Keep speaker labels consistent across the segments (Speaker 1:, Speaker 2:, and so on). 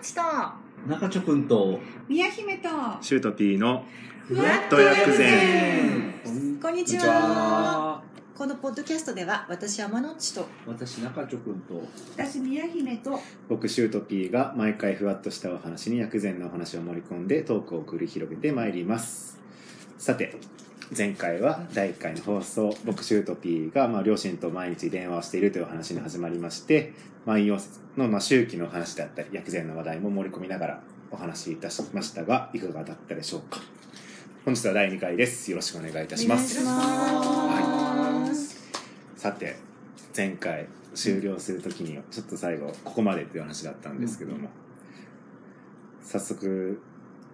Speaker 1: ちと
Speaker 2: 中ちょくんと
Speaker 3: 宮姫と
Speaker 4: シュート P の
Speaker 1: ふ
Speaker 4: わっと薬
Speaker 3: 膳
Speaker 5: こんにち
Speaker 2: こんにち
Speaker 5: は。このポッドキャストでは私山之内と
Speaker 2: 私中ちょくんと
Speaker 3: 私宮姫と
Speaker 4: 僕シュート P が毎回ふわっとしたお話に薬膳のお話を盛り込んでトークを繰り広げてまいりますさて前回は第1回の放送僕シュート P がまあ両親と毎日電話をしているというお話に始まりまして万葉説のまあ周期の話だったり薬膳の話題も盛り込みながらお話しいたしましたがいかがだったでしょうか本日は第2回ですよろしくお願いいたします
Speaker 5: お願いします。
Speaker 4: さて前回終了するときにちょっと最後ここまでっていう話だったんですけども、早速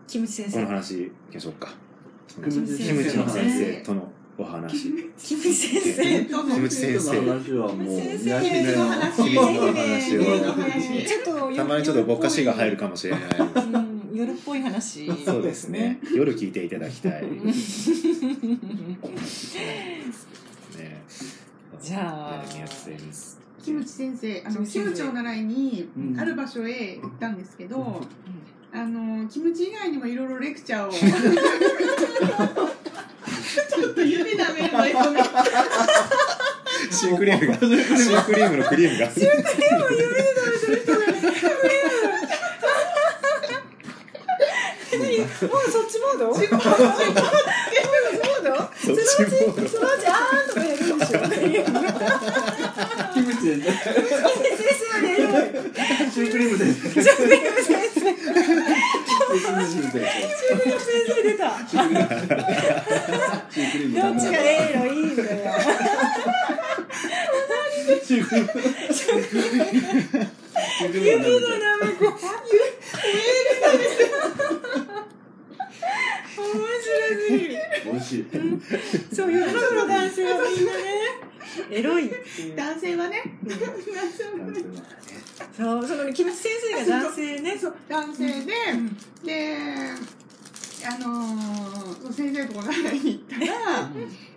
Speaker 5: キムチ先
Speaker 4: この
Speaker 5: 生。
Speaker 4: 話いきましょうか
Speaker 2: キムチ
Speaker 4: キムチの先生とのお
Speaker 3: キ
Speaker 4: 話
Speaker 3: ム
Speaker 5: キムチ先生。
Speaker 2: キ
Speaker 4: ムチ先生
Speaker 2: の話はもう
Speaker 5: 先
Speaker 2: 宮
Speaker 5: 生
Speaker 2: 姫
Speaker 5: の
Speaker 3: 話
Speaker 2: 姫の
Speaker 4: 話
Speaker 3: 姫の
Speaker 2: を
Speaker 3: 話
Speaker 5: ちょっと
Speaker 4: たまにちょっとぼかしが入るかも しれない
Speaker 5: うん夜っぽい話。
Speaker 4: そうですね。夜聞いていただきたい、 ね、
Speaker 5: じゃあ
Speaker 4: 宮津先生
Speaker 3: キムチ先生あ
Speaker 5: キム
Speaker 3: の
Speaker 5: チ先
Speaker 3: キ
Speaker 5: 生
Speaker 3: ムチを習いに
Speaker 2: うん
Speaker 3: ある場所へ行ったんですけど、あのキムチ以外にもいろいろレクチャーをちょっと指舐めるのやめて
Speaker 4: シュークリームがシュークリームのクリー ムが
Speaker 5: もうそっちモードそっちモード
Speaker 4: そっちモード
Speaker 5: そのうちあーとかやるんでしょ
Speaker 2: キムチ先生
Speaker 5: 先生はね
Speaker 2: シュークリーム先生
Speaker 5: キムチ先生
Speaker 2: シュークリーム
Speaker 5: キムチ
Speaker 2: 先
Speaker 5: 先生出た
Speaker 2: 生シュークリーム
Speaker 5: どっちがええのいいのよ
Speaker 2: シュークリームシュークリーム
Speaker 5: 指のなめこ面白すぎる
Speaker 2: 美味しい
Speaker 5: そういうプロの男性はみんなねエロいっていう
Speaker 3: 男性はね男性はね
Speaker 5: そうそこにキムチ先生が男性ね
Speaker 3: そう男性で、
Speaker 5: ん
Speaker 3: であのーそう先生のとこ習いに行ったら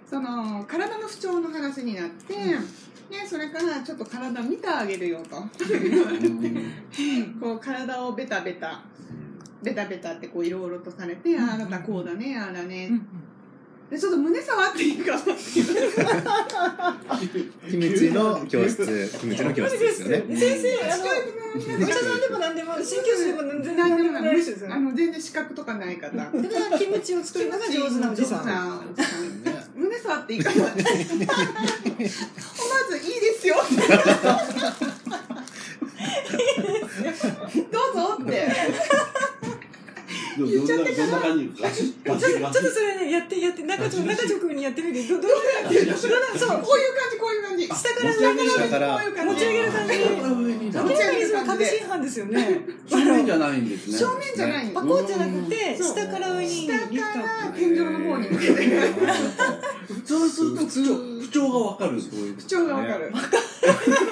Speaker 3: その体の不調の話になって、でそれからちょっと体見てあげるよとこう体をベタベタベタベタってこういろいろとされて、
Speaker 5: うん
Speaker 3: ああだったこうだねああだね、
Speaker 5: うん
Speaker 3: でちょっと胸触っていいかなって
Speaker 4: キムチの教室キムチの教室ですよね
Speaker 5: 先生あのお医者さんでも何でも鍼灸師でも全然何でもないですよ
Speaker 3: あの全然資格とかない方
Speaker 5: だからキムチを作るのが上手なおじさん。
Speaker 3: 上手なおじさん胸触っていいかなって思わず「いいですよ」どうぞ」
Speaker 2: どん
Speaker 3: って
Speaker 2: などんな感じガシッガシッ
Speaker 5: ちょ
Speaker 2: ガ
Speaker 5: っ
Speaker 2: シ
Speaker 5: と
Speaker 2: ッ
Speaker 5: それねやってやって中条中条君にやってみてどどうやってどうそう
Speaker 3: こういう感じこういう感じ
Speaker 5: 下から
Speaker 2: 持
Speaker 5: 上か
Speaker 2: ち上げ
Speaker 4: 下
Speaker 5: ら
Speaker 4: から
Speaker 3: こういう
Speaker 5: 持
Speaker 3: 感
Speaker 5: ち
Speaker 3: じ
Speaker 5: 上げる感じ。
Speaker 2: あ
Speaker 5: 明らかにそれは確信犯ですよね。
Speaker 2: 正面じゃないんですね
Speaker 3: 正面じゃない
Speaker 5: パ
Speaker 3: の
Speaker 5: コンじゃなくて
Speaker 3: そう
Speaker 5: 下から上に
Speaker 3: 下
Speaker 5: リフトアッ
Speaker 3: から天井の方に向けて
Speaker 2: そうすると不調不調がわかる
Speaker 3: 不調がわかる
Speaker 5: プ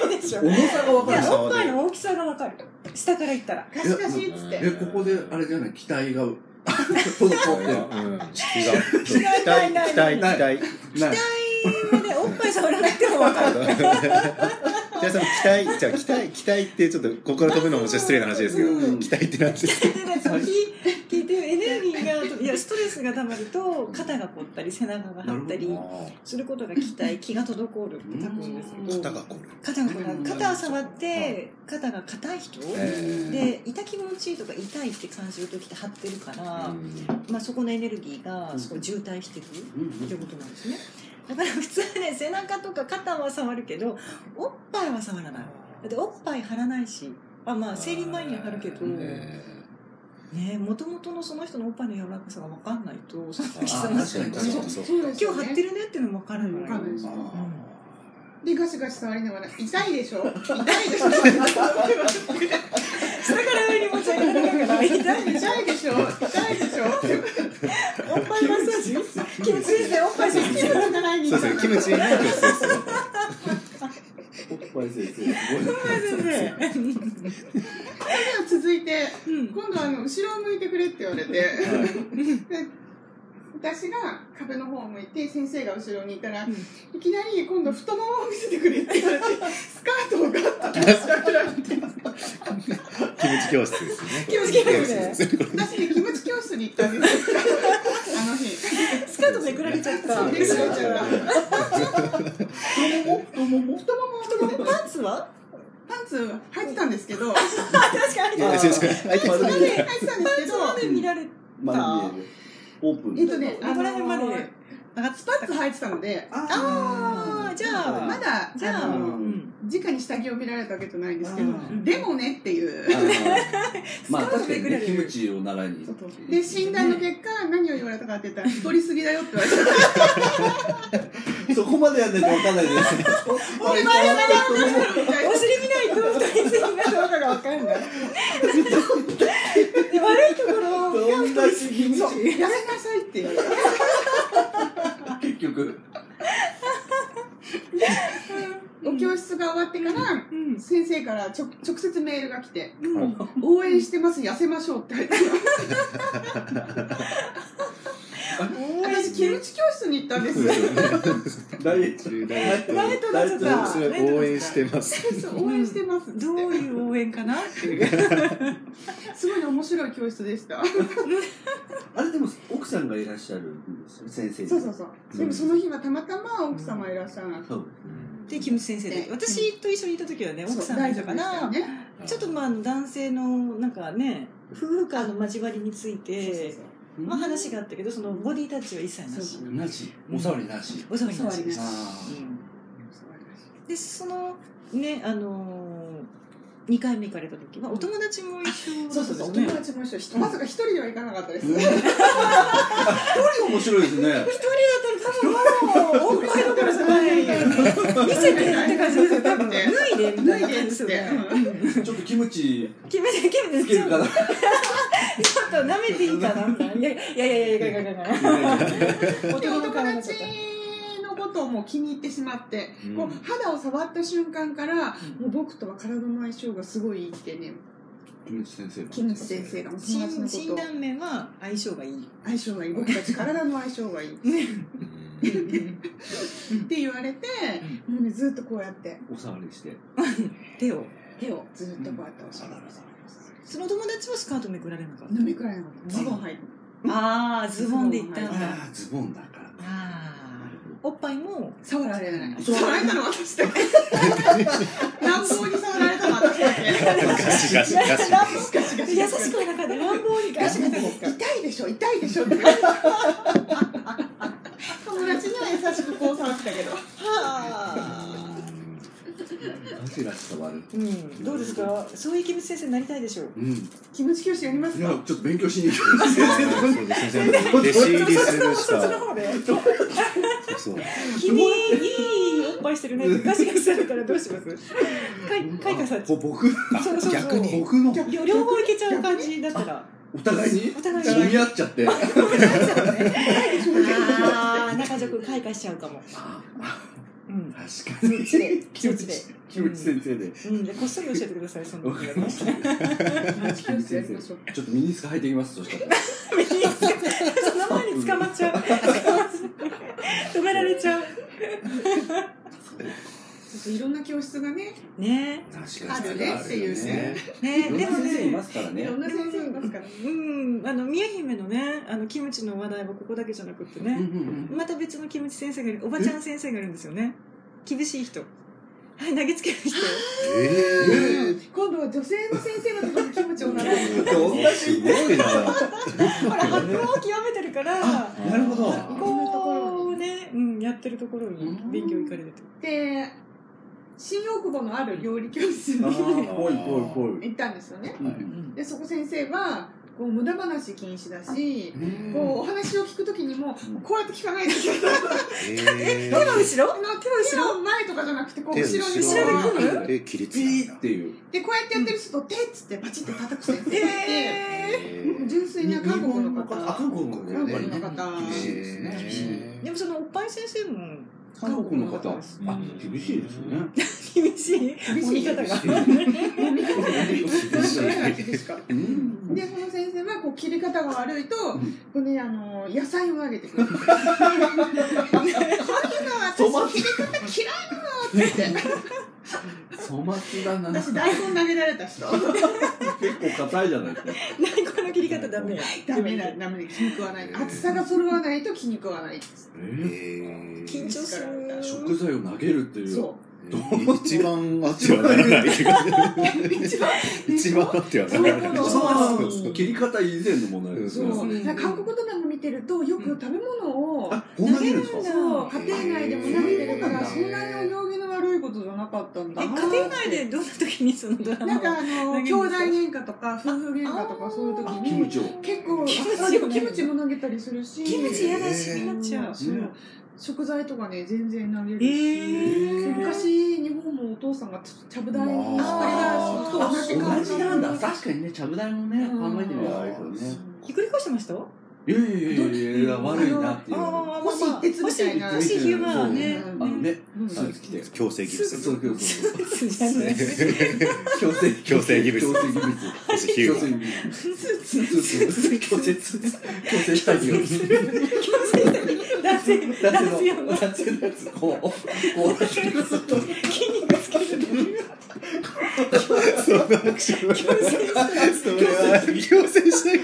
Speaker 5: でしょ。い
Speaker 2: 重さがわかる
Speaker 5: やおっぱいの大きさがわかる。下からいったら。
Speaker 3: ガシガシっつっ
Speaker 2: え
Speaker 3: て
Speaker 2: ここであれじゃない期待が滞ってる
Speaker 4: うん、
Speaker 5: 違う
Speaker 4: 期
Speaker 5: ない
Speaker 4: 待
Speaker 5: ない
Speaker 2: ない
Speaker 4: 期待期
Speaker 2: な
Speaker 4: 待
Speaker 2: い
Speaker 5: 下でおっぱい触らなくてもわかる。
Speaker 4: じゃあその期待じゃあ期待期待ってちょっとここから飛ぶのもちょっと失礼な話ですけど、
Speaker 2: うん
Speaker 4: 期待ってなんて
Speaker 5: でねその聞聞いてるエネルギーがいやストレスが溜まると肩が凝ったり背中が張ったりすることが期待気が滞るって書くんですけど。
Speaker 4: 肩が凝る
Speaker 5: 肩がこう肩を触って肩が硬い人、
Speaker 4: え
Speaker 5: で痛気持ちいいとか痛いって感じる時って張ってるから、
Speaker 4: ー
Speaker 5: まあ、そこのエネルギーがすごい渋滞していくっていうことなんですねだから普通はね背中とか肩は触るけどおっぱいは触らないだっておっぱい張らないしあまあ生理前には張るけど、
Speaker 4: え
Speaker 5: ねもともとのその人のおっぱいの柔らかさが分かんないとその
Speaker 4: ー
Speaker 5: 貴
Speaker 2: あ
Speaker 5: 様
Speaker 2: ー
Speaker 5: 今
Speaker 2: 確かに確かにそう
Speaker 5: 日張って
Speaker 3: る
Speaker 5: るねっていうのも分からない
Speaker 3: わかんないです
Speaker 2: あ
Speaker 3: でガシガシ触りながら「痛いでしょ痛いでしょ
Speaker 5: 下から上に持ち上げられるから痛いでしょ
Speaker 3: 痛いでしょ痛いでしょ」って
Speaker 5: おっぱいマッサージ気持ちいいですよおっぱい先生
Speaker 3: 習い
Speaker 4: ー
Speaker 3: に
Speaker 4: そ
Speaker 3: 行
Speaker 4: う
Speaker 3: っ
Speaker 4: で
Speaker 3: た
Speaker 4: すねキムチの教室ですよ
Speaker 2: ーおっぱい先生すごい
Speaker 3: 続いて
Speaker 5: うん
Speaker 3: 今度あの後ろを向いてくれって言われてで私が壁の方を向いて先生が後ろにいたら、
Speaker 5: うん
Speaker 3: いきなり今度太ももを見せてくれって言われてスカートをガッと立ち上げられて
Speaker 4: キムチ教室ですよね。
Speaker 5: キムチ教室ね
Speaker 4: 室ですね。
Speaker 3: 私ねキムチ教室に行ったんですよあの日
Speaker 5: スカートめくられちゃった
Speaker 3: そうめくられちゃった
Speaker 2: 太もも
Speaker 3: 太もも太もも
Speaker 5: パンツは
Speaker 3: パンツ履いてたんです けど
Speaker 5: 確かに
Speaker 4: いや違う違う相手
Speaker 3: そ
Speaker 4: 丸見え
Speaker 3: れで履いてたんですけど
Speaker 5: まで見られた
Speaker 2: 丸見えでオープン
Speaker 3: えっとね
Speaker 5: どこら辺まで
Speaker 3: なんかスパッツ履いてたので
Speaker 2: あ
Speaker 5: ああじゃあ
Speaker 3: まだ
Speaker 5: じゃあ、
Speaker 3: あ
Speaker 5: う
Speaker 3: の
Speaker 5: ん、
Speaker 3: 直に下着を見られたわけじゃないんですけど
Speaker 5: うん
Speaker 3: でもねっていう
Speaker 2: あーまあ
Speaker 5: スカート
Speaker 2: 確か
Speaker 5: め
Speaker 2: に
Speaker 5: くられ
Speaker 2: ねキ
Speaker 5: る
Speaker 2: ムチを習いに
Speaker 3: で診断の結果何を言われたかって言ったら太りすぎだよって言われて
Speaker 2: そこまでやんないとわかんないです
Speaker 3: 俺はやめろみたいな
Speaker 5: お尻見ないと先生になるのかが分かんないで悪いところを
Speaker 2: どんだけキムチ
Speaker 3: やめなさいっていう
Speaker 2: 結局
Speaker 3: お教室が終わってから
Speaker 5: うん
Speaker 3: 先生からちょ直接メールが来て
Speaker 5: うん
Speaker 3: 「応援してます痩せましょう」 って入って私キムチ教室に行ったんです
Speaker 2: ダイエット
Speaker 4: 重大
Speaker 5: トダイエットになっちゃった
Speaker 2: ダイエット
Speaker 4: それ応援してます。
Speaker 3: そう応援してますって
Speaker 5: どういう応援かなっていう
Speaker 3: すごい面白い教室でした
Speaker 2: あれでも奥さんがいらっしゃるんですよ先生に
Speaker 3: そうそうそうでもその日はたまたま奥様いらっしゃらなくて
Speaker 2: そう
Speaker 5: でキムチ先生で
Speaker 3: うん
Speaker 5: 私と一緒にいた時はね奥さんだったかな、
Speaker 3: そう大丈夫でしたよね
Speaker 5: ちょっとまああの男性のなんかね夫婦間の交わりについ
Speaker 3: そうそう
Speaker 5: て
Speaker 3: そう
Speaker 5: まあ話があったけどそのボディタッチは一切なし
Speaker 3: そう
Speaker 2: なしお触りなし
Speaker 5: お触りなし
Speaker 3: お触りなし
Speaker 2: あー
Speaker 5: でそのねあのー、2回目行かれた時はお友達も一緒
Speaker 3: そう
Speaker 5: だ
Speaker 3: そうそう、
Speaker 5: っ
Speaker 3: お
Speaker 5: たんで
Speaker 3: 友
Speaker 5: すね
Speaker 3: 達も一緒、まさか一人では行かなかったです。
Speaker 2: 一人面白いです
Speaker 5: 一
Speaker 2: ね
Speaker 5: 人だったら多分もうおっぱいどころじゃ ない見せてって感じですよ多分脱いでみたいな感じですよね
Speaker 3: 脱
Speaker 2: ちょっとキムチ
Speaker 5: 決めて決め
Speaker 2: つ
Speaker 5: てち
Speaker 2: け
Speaker 5: ょ
Speaker 2: る
Speaker 5: っ
Speaker 2: か
Speaker 5: と
Speaker 2: な
Speaker 5: ちょっと舐めていいかなみたいないやいやいやいやいやいやいやいやお
Speaker 3: で
Speaker 5: 友
Speaker 3: お友
Speaker 5: 達
Speaker 3: 達のことをもう気に入ってしまって、
Speaker 4: うん
Speaker 3: こう肌を触った瞬間から、もう僕とは体の相性がすごいいいってね、
Speaker 2: キムチ先生
Speaker 3: キムチ先生がお友達の
Speaker 5: 診診
Speaker 3: ことを
Speaker 5: 断面は相性がいい
Speaker 3: 相性がいい、僕たち体の相性がいいっ
Speaker 4: うん
Speaker 3: て言われて、もうね、ずっとこうやって、
Speaker 2: お触りして
Speaker 5: 手を
Speaker 3: 手をずっとこうやっておしゃべりして
Speaker 5: その友達はスカートめくられなかっ
Speaker 3: 飲みくらいのズボン入って。
Speaker 5: たああズボンで行ったんだ
Speaker 2: ああズボンだから
Speaker 5: あーおっぱいも
Speaker 3: 触られない。
Speaker 5: そう
Speaker 3: 触られたの 私だけ。乱暴に触られたの私だけ。
Speaker 4: ガシガシガシ。
Speaker 3: しかしかし
Speaker 5: 優しくはなかった乱暴にガシガシ
Speaker 3: 痛いでしょ痛いでしょって 友達には優しくこう触ってたけど
Speaker 5: は
Speaker 2: ガシガシ触る
Speaker 5: ーうんどうですかそういうキムチ先生になりたいでしょう
Speaker 2: うんい
Speaker 3: キムチ教師やります
Speaker 2: や
Speaker 3: か
Speaker 2: ちょっと勉強しに行
Speaker 4: そう
Speaker 2: く
Speaker 4: です先生弟子入りするし
Speaker 5: そっち
Speaker 4: か
Speaker 5: の方で
Speaker 4: そう
Speaker 5: 君いいおっぱいしてるねってガシガシされたらどうしますかい開花さん
Speaker 2: ぼ僕
Speaker 5: そうそうそう
Speaker 4: 逆に
Speaker 2: 僕の
Speaker 5: 両両 方いけちゃう感じだったら
Speaker 2: お互いに
Speaker 5: お互いに
Speaker 2: 揉み合っち ゃって
Speaker 5: ああ中条君開花しちゃうかも
Speaker 2: あ
Speaker 5: うん
Speaker 2: 確か
Speaker 5: 気
Speaker 2: に
Speaker 5: 持ちで気持ちで
Speaker 2: キムチ先生で
Speaker 5: うんでこっそり教えてくださいその
Speaker 2: わ
Speaker 5: 時
Speaker 2: か
Speaker 5: は
Speaker 2: り
Speaker 5: ね
Speaker 2: ましたキムチ先生ちょっとミニスカ履いてきますそしたら
Speaker 5: その前に捕まっち ゃう。止められちゃう。
Speaker 3: そうそういろんな教室がね
Speaker 5: ね
Speaker 2: 確
Speaker 3: かにあるねっていうね
Speaker 5: え。ね
Speaker 2: いろん
Speaker 5: で
Speaker 2: な
Speaker 5: も
Speaker 2: 先生いま
Speaker 5: ね。
Speaker 2: すから
Speaker 3: い
Speaker 2: ね
Speaker 3: ろんな先生いますから
Speaker 5: うん、あの、宮姫のね、あの、キムチの話題はここだけじゃなくって
Speaker 2: うん
Speaker 5: ね。
Speaker 2: うん
Speaker 5: また別のキムチ先生がいる、おばちゃん先生がいるんですよね。厳しい人。はい、投げつける人。
Speaker 4: え
Speaker 3: 今度は女性の先生のところにキムチを習う
Speaker 4: えすごいな。
Speaker 5: ほら、発表を極めてるから。
Speaker 2: うんなるほど
Speaker 5: こうね、うん、やってるところに勉強行かれてて。
Speaker 3: で新大久保のある料理教室
Speaker 2: あ
Speaker 3: に
Speaker 2: ーぽいぽいぽい
Speaker 3: 行ったんですよね
Speaker 2: うん
Speaker 5: うん
Speaker 3: でそこ先生はこう無駄話禁止だしこうお話を聞くときにもこうやって聞かないでください
Speaker 4: え
Speaker 5: 手
Speaker 4: え
Speaker 5: の後ろ
Speaker 3: あの手の後ろ前とかじゃなくてこう後ろに
Speaker 5: 手後ろに
Speaker 4: で切りつ
Speaker 2: ピ
Speaker 4: け
Speaker 2: ーっていう
Speaker 3: でこうやってやってる人と手っつってバチって叩く先生がいて、
Speaker 5: えー
Speaker 3: 純粋な韓国の方
Speaker 2: あ韓国の方
Speaker 3: 韓
Speaker 2: ね
Speaker 3: 国の方
Speaker 2: 厳しいですね厳しい
Speaker 5: でもそのおっぱい先生も
Speaker 2: 韓国の方
Speaker 5: うん
Speaker 2: あ厳しいですね
Speaker 5: 厳しい
Speaker 3: 厳し
Speaker 5: 言
Speaker 3: い
Speaker 5: い方が
Speaker 3: 厳しい
Speaker 2: 厳しい
Speaker 3: でその先生はこう切り方が悪いと、
Speaker 2: ん
Speaker 3: これねあの野菜をあげ てくれるこういう
Speaker 2: ト
Speaker 3: の
Speaker 2: マト
Speaker 3: 私切り方嫌い
Speaker 2: 粗末だな
Speaker 3: 私大根投げられた
Speaker 2: 結
Speaker 3: 人
Speaker 2: 構硬いじゃないですか
Speaker 5: 何この切り方ダメだ
Speaker 3: ダメだダメだ気に食わない厚さが揃わないと気に食わない
Speaker 2: え
Speaker 5: 緊張す
Speaker 2: ー
Speaker 5: る
Speaker 2: 食材を投げるっていう
Speaker 3: そ
Speaker 4: 一番あってはならない気がする
Speaker 3: 一番
Speaker 4: 一番あってはならない
Speaker 5: そう
Speaker 2: あ
Speaker 5: そう
Speaker 2: ー切り方以前の問題
Speaker 3: う
Speaker 2: です
Speaker 3: そ
Speaker 2: ね
Speaker 3: う、
Speaker 5: うん
Speaker 3: だから韓国ドラマ見てるとよく食べ物を、
Speaker 2: あこう投げるんですか
Speaker 5: 投げるんだ
Speaker 3: そう家庭内でも投げてるから、
Speaker 2: へー
Speaker 3: そんなにお行儀の悪いことじゃなかったんだ
Speaker 5: え家庭内でどんな時にそのドラ
Speaker 3: なん
Speaker 5: マ
Speaker 3: か
Speaker 5: を
Speaker 3: あの
Speaker 5: 投げるん
Speaker 3: 兄
Speaker 5: ですか
Speaker 3: 弟喧嘩とか夫婦喧嘩とかそういう時
Speaker 2: キ
Speaker 3: に
Speaker 2: ムチを
Speaker 3: 結構
Speaker 5: キムチ
Speaker 3: あでもキムチも投げたりするし
Speaker 5: キムチ嫌だし
Speaker 4: えー
Speaker 5: になっちゃう
Speaker 3: そう
Speaker 2: ね
Speaker 3: 食材とかね全然投げるし、
Speaker 5: えー
Speaker 3: 昔日本もお父さんがちゃぶ台にひっくり
Speaker 5: あー
Speaker 3: 返すと同じ感じ
Speaker 2: 確かにねちゃぶ台もね
Speaker 3: うん
Speaker 2: 考えてみればあれけどね
Speaker 5: ひっくり返してましたあ
Speaker 2: いやいやいやいや悪いなっていう
Speaker 5: ー
Speaker 3: もし一徹みたいな
Speaker 5: もしもし昼間はね
Speaker 3: そう
Speaker 2: あのね
Speaker 3: うん
Speaker 2: スーツ着て
Speaker 4: 強制義務
Speaker 2: そうそうそう
Speaker 5: スーツじゃない
Speaker 2: 強制
Speaker 4: 強制ギブス
Speaker 2: 強制ギブス
Speaker 4: 私ヒュ
Speaker 2: 強制
Speaker 4: ーマン
Speaker 2: ギブス
Speaker 5: スーツ
Speaker 2: 強制強制強制したいよ
Speaker 5: 男性
Speaker 2: 男
Speaker 5: 男性
Speaker 2: 性
Speaker 5: 用
Speaker 2: の
Speaker 5: の
Speaker 2: 男性のやつ こうこうやってくると
Speaker 5: 筋肉つける
Speaker 4: そのアクションは
Speaker 5: 強制
Speaker 4: それは強制しない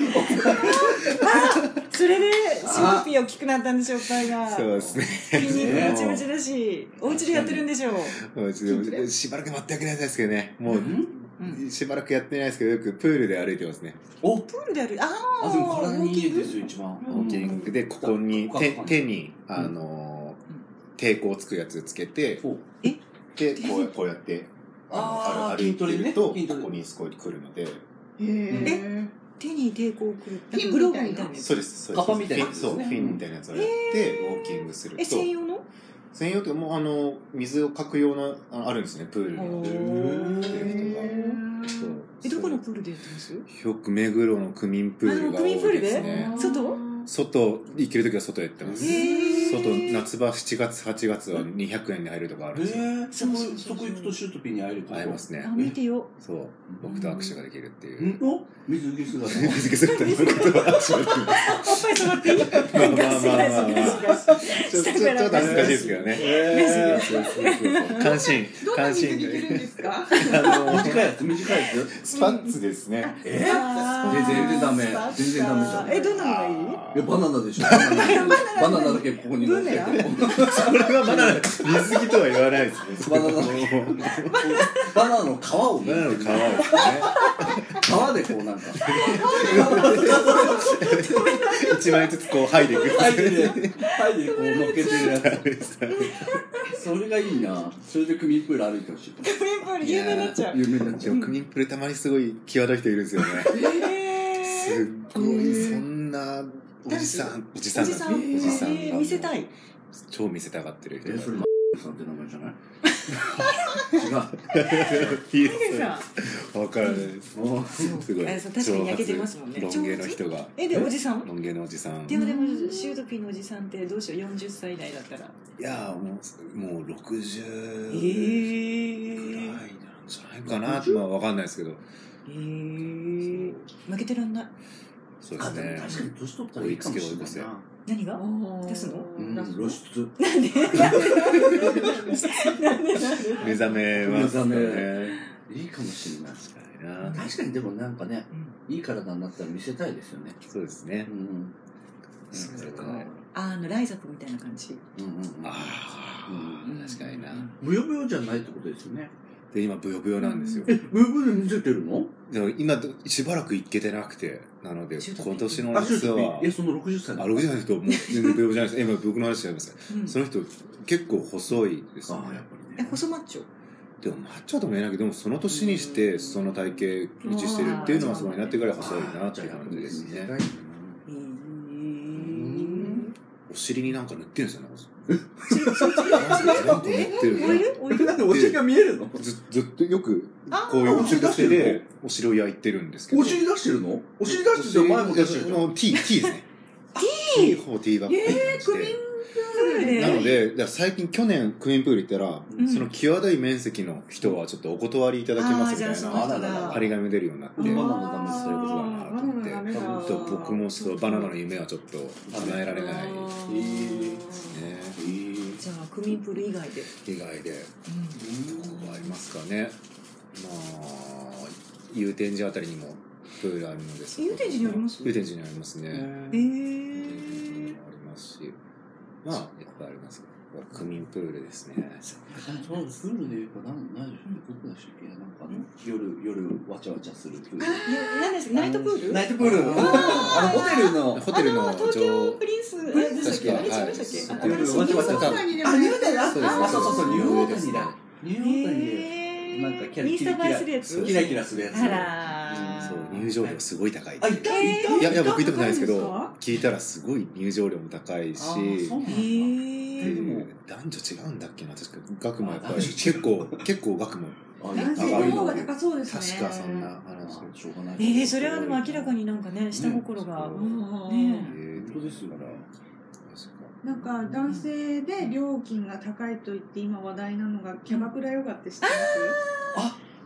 Speaker 5: それでショーピー大きくなったんでしょうパイが
Speaker 4: そうですね
Speaker 5: 筋肉ムチムチだしお家でやってるんでしょう
Speaker 4: でもしばらく全くやってないですけどねもう
Speaker 5: うん
Speaker 4: しばらくやってないですけどよくプールで歩いてますね
Speaker 2: お
Speaker 5: プールであるあ
Speaker 2: あ
Speaker 5: あ
Speaker 2: でも体にいい
Speaker 5: ウォーキング
Speaker 2: ですよ一番
Speaker 5: うん
Speaker 4: でここに
Speaker 2: ここか
Speaker 4: 手
Speaker 2: ここか
Speaker 4: 手にあのー抵抗つくやつつけて
Speaker 2: こう
Speaker 4: でこうこうやって
Speaker 2: あー
Speaker 4: あの歩いてると
Speaker 2: 筋トレね筋ト
Speaker 4: こ
Speaker 2: レ
Speaker 4: こにすごい来るので
Speaker 3: へー
Speaker 5: 手に抵抗をくる
Speaker 3: ピン
Speaker 5: グロー
Speaker 3: み
Speaker 5: ブ
Speaker 3: た
Speaker 5: みたい
Speaker 3: いな
Speaker 5: なやつ
Speaker 4: そうですそうです
Speaker 2: カパみたいなやつです
Speaker 4: そ
Speaker 2: ね
Speaker 4: うフィンみたいなやつをやってウォーキングすると
Speaker 5: え専用の
Speaker 4: 専用っていうかもうあの水をかく用のああるんですねプール
Speaker 5: おー
Speaker 4: のプールとかそう
Speaker 5: えどこのプールでやってます
Speaker 4: よく目黒の区民プールが多いです
Speaker 5: あ
Speaker 4: ね
Speaker 5: の区民プールで外
Speaker 4: 外行ける時は外やってます
Speaker 5: へー
Speaker 4: 外夏場7月8月は200円で入るとかあるんですよ
Speaker 2: えー、そこそこ行くとシュートピーに会えると
Speaker 4: 会えますね
Speaker 5: あ見てよ
Speaker 4: そう僕と握手ができるって いう
Speaker 2: うんお水着姿
Speaker 4: 水着姿のことは握手ができ
Speaker 5: お
Speaker 4: る
Speaker 5: っぱい触っていいガシ
Speaker 4: まあまあ
Speaker 5: ガシ
Speaker 4: まあ
Speaker 5: ガ
Speaker 4: まあ
Speaker 5: シガシ
Speaker 4: ちょちょちょっと恥ずかしいですけどね
Speaker 2: え
Speaker 4: そうそうそうそう関心
Speaker 3: どんな
Speaker 4: 関
Speaker 3: 水着
Speaker 4: 心
Speaker 3: 着るんですか
Speaker 4: あ
Speaker 2: ー、
Speaker 4: の
Speaker 2: 短いやつ短いやつ
Speaker 4: スパッツですね
Speaker 2: え
Speaker 5: あー
Speaker 2: で全然ダメ
Speaker 5: スパッツ
Speaker 2: 全然ダメじゃん
Speaker 5: えどんなのがいい
Speaker 2: いやバナナでしょバナナバナナだけここに乗ってて
Speaker 5: ブーメ
Speaker 4: それはバナナ水着とは言わないで すね
Speaker 2: バナナバナナの皮を
Speaker 4: バ
Speaker 2: ね
Speaker 4: ナナの皮をで
Speaker 2: 皮で
Speaker 4: すね
Speaker 2: こうなんか
Speaker 4: 一枚ずつこう剥いでいく
Speaker 2: はいではいでこう乗っけてるやつそれがいいなそれで組プール歩いてほしい
Speaker 5: プリンプール有名になっちゃう
Speaker 2: 有名になっち
Speaker 4: で
Speaker 2: ゃう
Speaker 4: もクミンプルたまにすごい際どい人いるんですよねす
Speaker 5: えー
Speaker 4: っごいそんなおじさんおじさ
Speaker 5: お
Speaker 4: ん
Speaker 5: じさん、
Speaker 4: おじさん
Speaker 5: えー見せたい。
Speaker 4: 超見せたがってる人
Speaker 2: え
Speaker 4: が
Speaker 2: それさんって名前じゃない違
Speaker 4: い
Speaker 5: ヒ
Speaker 4: い
Speaker 5: デ
Speaker 4: で
Speaker 5: さん
Speaker 4: すわからないです
Speaker 2: う
Speaker 4: すごい
Speaker 5: あそう確かに焼けてますもんね
Speaker 4: 長髪ロン毛の人が
Speaker 5: え、で、おじさん
Speaker 4: ロン毛のおじさん
Speaker 5: でもでも、シュートピーのおじさんってどうしよう、40歳以内だったら。
Speaker 4: いやーもうもう60
Speaker 5: え
Speaker 4: ぐ
Speaker 5: ー
Speaker 4: らいなんじゃないかなまあわかんないですけど
Speaker 5: えー負けてらんない。
Speaker 4: そうで
Speaker 2: あ
Speaker 4: す
Speaker 2: でも
Speaker 4: ね
Speaker 2: 確かに年取ったらいいかもしれないな
Speaker 5: 何が出
Speaker 3: 出
Speaker 5: すの
Speaker 2: うん露出
Speaker 5: なんでなんでなんで
Speaker 4: 目覚めますかね
Speaker 2: 目覚いいかもしれない
Speaker 4: 確かにな
Speaker 2: 確かにでもなんかね
Speaker 5: うん
Speaker 2: いい体になったら見せたいですよね
Speaker 4: そうですね
Speaker 2: うん
Speaker 4: そうですね
Speaker 5: あの、ライザップみたいな感じ。
Speaker 2: うんうんあ
Speaker 4: あ
Speaker 2: うん
Speaker 4: あ確かにな
Speaker 2: ブヨブヨじゃないってことですよね
Speaker 4: で今ブヨブヨなんですよ
Speaker 2: えブヨブヨ見せてるの
Speaker 4: でも今しばらく行けてなくてなので
Speaker 5: ちょっと
Speaker 4: 今年の
Speaker 2: あそうです
Speaker 4: 夏は
Speaker 2: えその60歳
Speaker 4: あ60歳の人もう全然ブヨブヨじゃないです今僕の話しちゃいます
Speaker 5: うん
Speaker 4: その人結構細いですね
Speaker 2: ああやっぱ
Speaker 5: え、
Speaker 2: りね
Speaker 5: 細マッチョ。
Speaker 4: でもマッチョとも言えないけどでもその年にしてその体型維持してるっていうのはすごいなってから細いなっていう感じですね
Speaker 5: え
Speaker 2: ん
Speaker 5: ー
Speaker 4: お尻になんか塗ってるんですよね
Speaker 5: そ
Speaker 4: な
Speaker 5: っ
Speaker 4: んか
Speaker 5: ち
Speaker 4: 塗
Speaker 5: え
Speaker 4: ってる
Speaker 5: オイルオイル
Speaker 2: なんでお尻が見えるの
Speaker 4: ずずっとよく
Speaker 5: あ
Speaker 4: こういうお尻出して
Speaker 2: あ
Speaker 4: でお尻を焼いてるんですけど
Speaker 2: お尻出してるのお尻出してる前も出してるじゃん
Speaker 4: の T, T ですね T 法 T バッグ
Speaker 3: えー、クミン
Speaker 5: プールで
Speaker 4: なので、だから最近去年クイーンプール行ったら、
Speaker 5: うん
Speaker 4: その際どい面積の人はちょっとお断りいただきますみた
Speaker 5: あー
Speaker 4: い
Speaker 5: じゃあその
Speaker 4: な
Speaker 5: 人
Speaker 2: あらら
Speaker 5: が
Speaker 4: 張り紙出るようになって、
Speaker 5: うん
Speaker 4: ち
Speaker 2: バ
Speaker 4: ょ
Speaker 2: ナナダメそういうことだなと思って
Speaker 3: バナナダメだ
Speaker 2: ち
Speaker 4: っと僕もちょっとバナナの夢はちょっと叶えられない
Speaker 5: あ
Speaker 4: ね
Speaker 5: ー
Speaker 2: え
Speaker 5: じゃあクミンプール以外で、
Speaker 4: 以外で
Speaker 5: う
Speaker 4: どこがありますかねまあ祐天寺あたりにもプールあるのです
Speaker 5: ん、祐天寺にあります
Speaker 4: 祐天寺にありますね、
Speaker 5: え
Speaker 4: う
Speaker 5: ー、
Speaker 4: んありますし、まあ、いっぱいありますけど、区民プールですね。
Speaker 2: そのプールでいうかなん何でしょうどこでしたっけなんか夜夜わちゃわちゃするプール
Speaker 5: いや何ですナイトプール
Speaker 2: ナイトプールあのホテルの
Speaker 4: ホテルの
Speaker 5: あ東京
Speaker 4: 上
Speaker 5: プリンスえでしたっけあれ違いましたっけ
Speaker 2: は
Speaker 5: あ
Speaker 2: い夜わちゃわちゃ
Speaker 3: そうなんにでも
Speaker 2: あニューオータニだ
Speaker 3: やっ
Speaker 2: そ
Speaker 3: て
Speaker 2: う
Speaker 3: る
Speaker 2: ですそうそうそうニューオータニだニューオータニで
Speaker 5: へー
Speaker 2: なんかキラ
Speaker 5: インスタ映えするや
Speaker 4: そう
Speaker 5: つ
Speaker 2: キラキラするやつ
Speaker 5: あらー
Speaker 4: そう、入場料すごい高い。
Speaker 2: あいたいた
Speaker 4: いや、いや、僕行ったことないですけ
Speaker 3: 高い
Speaker 4: ど、聞いたらすごい入場料も高い
Speaker 2: あー
Speaker 4: し
Speaker 2: そう。なんだ
Speaker 5: へー
Speaker 4: でも男女違うんだっけな確か額もやっぱり結構結構額も
Speaker 2: あ
Speaker 3: 男
Speaker 4: 性
Speaker 3: 性の方が
Speaker 2: い
Speaker 3: 高そうですね
Speaker 4: 確かそんな話
Speaker 2: あしょうがない
Speaker 5: えー、それはでも明らかになんかね下心が、
Speaker 4: ね
Speaker 5: ね
Speaker 4: え
Speaker 2: 本当ですよね
Speaker 3: なんか男性で料金が高いと言って今話題なのがキャバクラヨガって知ってます、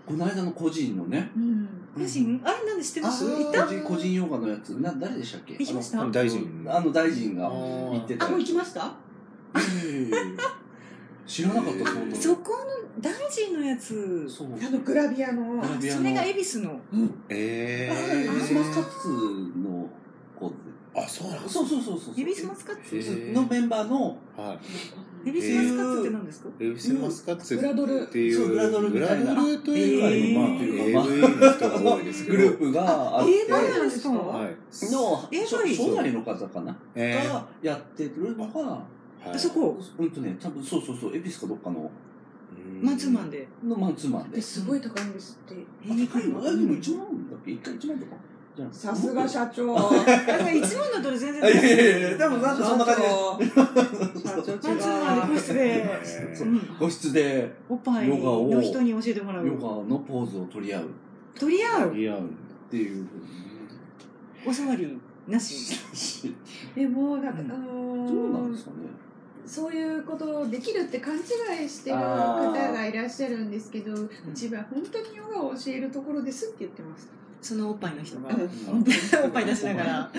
Speaker 2: この間の個人のね
Speaker 3: うん、
Speaker 5: 個人あれなんで知ってます
Speaker 2: あ
Speaker 5: 行っ
Speaker 2: ー
Speaker 5: た
Speaker 2: 個人個人ヨガのやつな誰でしたっけ
Speaker 5: 行きまし
Speaker 4: あ
Speaker 5: た
Speaker 4: の
Speaker 5: あ
Speaker 4: 大臣
Speaker 2: あの大臣が行
Speaker 4: 行
Speaker 2: ってた
Speaker 3: あもう行きました
Speaker 2: ええ知らなかったそんなの
Speaker 5: そこの大臣のやつ
Speaker 2: そう
Speaker 3: あのグラビアの
Speaker 2: グラビアの
Speaker 5: それが恵比寿の
Speaker 4: え
Speaker 2: え
Speaker 4: ー
Speaker 2: ー、スマスカッツの子で
Speaker 4: あそうなんです
Speaker 2: そうそうそうそう
Speaker 5: 恵比寿マスカッツ
Speaker 4: へー
Speaker 2: のメンバーの
Speaker 4: かはい
Speaker 5: 恵比寿マスカッツって何ですか
Speaker 4: エビスマスカッツってい
Speaker 2: そう
Speaker 4: う
Speaker 2: グラドルみたいな
Speaker 4: グラドルというか、まあ、
Speaker 2: えーまあ
Speaker 4: AV の人が多いですけ
Speaker 2: グ
Speaker 4: ど
Speaker 2: ループがあって
Speaker 5: AV なんですか
Speaker 4: はい
Speaker 2: の
Speaker 5: えー
Speaker 2: しょ
Speaker 5: はい
Speaker 2: 初代の方かな、
Speaker 4: えー
Speaker 2: がやってるのが
Speaker 4: はい
Speaker 5: あそこ
Speaker 2: うんとね多分そうそうそう恵比寿かどっかの
Speaker 4: うん
Speaker 5: マンツーマンで
Speaker 2: のマンツーマン
Speaker 3: え
Speaker 2: です
Speaker 3: ごい高いんですって
Speaker 5: えー
Speaker 2: 高いのあでも1万だっけ1回1万とかじゃあ
Speaker 3: さすが社長
Speaker 5: だから一問だったら全然
Speaker 2: あいやいやいやでもなんかそんな感じで
Speaker 3: 社長
Speaker 5: マンツー
Speaker 3: 違
Speaker 5: マン
Speaker 3: う
Speaker 5: で個室で、
Speaker 4: えー
Speaker 5: うん、
Speaker 2: 個室で
Speaker 5: おっぱい
Speaker 2: ヨガを
Speaker 5: の人に教えてもら
Speaker 2: ヨ
Speaker 5: う
Speaker 2: ガのポーズを取り合うっ
Speaker 5: 取り合う
Speaker 4: いや
Speaker 2: ていう
Speaker 5: お触りなし
Speaker 3: でもなんか、
Speaker 5: うん
Speaker 3: あ
Speaker 2: ど
Speaker 3: の
Speaker 2: うなんで
Speaker 3: ー
Speaker 2: すかね
Speaker 3: そういうことをできるって勘違いしてる方がいらっしゃるんですけどうちは本当にヨガを教えるところですって言ってます、
Speaker 5: そ のおっぱいの人が
Speaker 3: うん
Speaker 2: うん
Speaker 5: おっぱい出しながら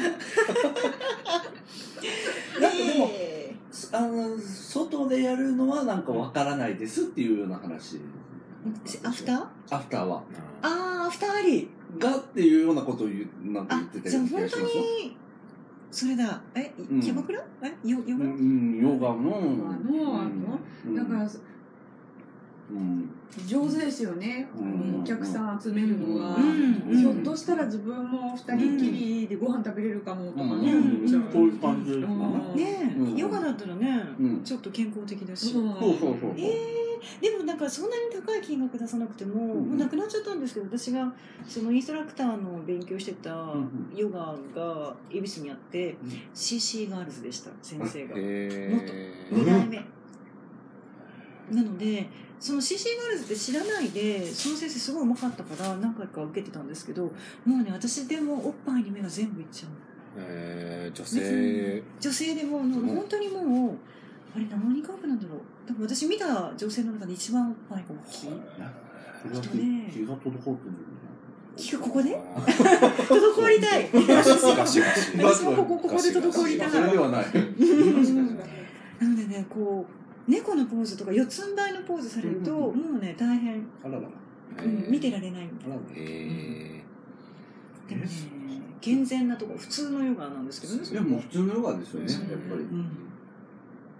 Speaker 2: なんかでも
Speaker 5: え
Speaker 2: あの外でやるのはなんかわからないですっていうような話
Speaker 5: ーアフター
Speaker 2: アフターは
Speaker 4: あ
Speaker 5: あーアフターあり
Speaker 2: がっていうようなことを言うなんか
Speaker 5: あ
Speaker 2: 言ってた
Speaker 5: じゃあ
Speaker 2: り
Speaker 5: 本当にそれだえ
Speaker 2: ん
Speaker 5: キャバクラえヨヨ
Speaker 2: う
Speaker 5: ガ
Speaker 2: ん、ヨガの、
Speaker 3: の
Speaker 2: うん
Speaker 3: だから
Speaker 2: うん、
Speaker 3: 上手ですよね、
Speaker 2: うん
Speaker 3: お客さん集めるのは、
Speaker 5: うん
Speaker 3: ひょっとしたら自分も二人きりでご飯食べれるかもとかね、
Speaker 5: うん
Speaker 3: 思っちゃう
Speaker 2: こういう感じですかね
Speaker 3: うん
Speaker 5: ねえ、
Speaker 2: うん
Speaker 5: ヨガだったらね、
Speaker 2: うん
Speaker 5: ちょっと健康的だし、
Speaker 3: う
Speaker 2: そ
Speaker 3: ん
Speaker 2: うそうそう
Speaker 5: えー、でもなんかそんなに高い金額出さなくても、
Speaker 2: ん
Speaker 5: もうなくなっちゃったんですけど私がそのインストラクターの勉強してた
Speaker 2: ん
Speaker 5: ヨガが恵比寿にあって、
Speaker 2: ん
Speaker 5: CC ガールズでした先生が
Speaker 4: え
Speaker 5: 2
Speaker 4: ー
Speaker 5: 代目、なのでその CC ガールズって知らないでその先生すごいうまかったから何回か受けてたんですけどもうね私でもおっぱいに目が全部いっちゃう
Speaker 4: えー女性
Speaker 5: 女性でもあの
Speaker 4: うん
Speaker 5: 本当にもうあれ何人カップなんだろう多分私見た女性の中で一番おっぱいが大 きい
Speaker 2: 気が滞ってる
Speaker 5: 気がここで
Speaker 4: あ
Speaker 5: 滞りたい
Speaker 4: ーガシガシガシ
Speaker 5: 私もここここで
Speaker 4: ガシガシ
Speaker 5: 滞りたい
Speaker 2: それではない
Speaker 5: なのでねこう猫のポーズとか四つん這いのポーズされると、
Speaker 2: うん
Speaker 5: もうね大変、
Speaker 2: あらら
Speaker 4: え
Speaker 5: うん
Speaker 4: ー
Speaker 5: 見てられないみたいな
Speaker 4: え
Speaker 5: でもね健全なとこ普通のヨガなんですけどね
Speaker 2: いやもう普通のヨガですよねやっぱり
Speaker 5: うん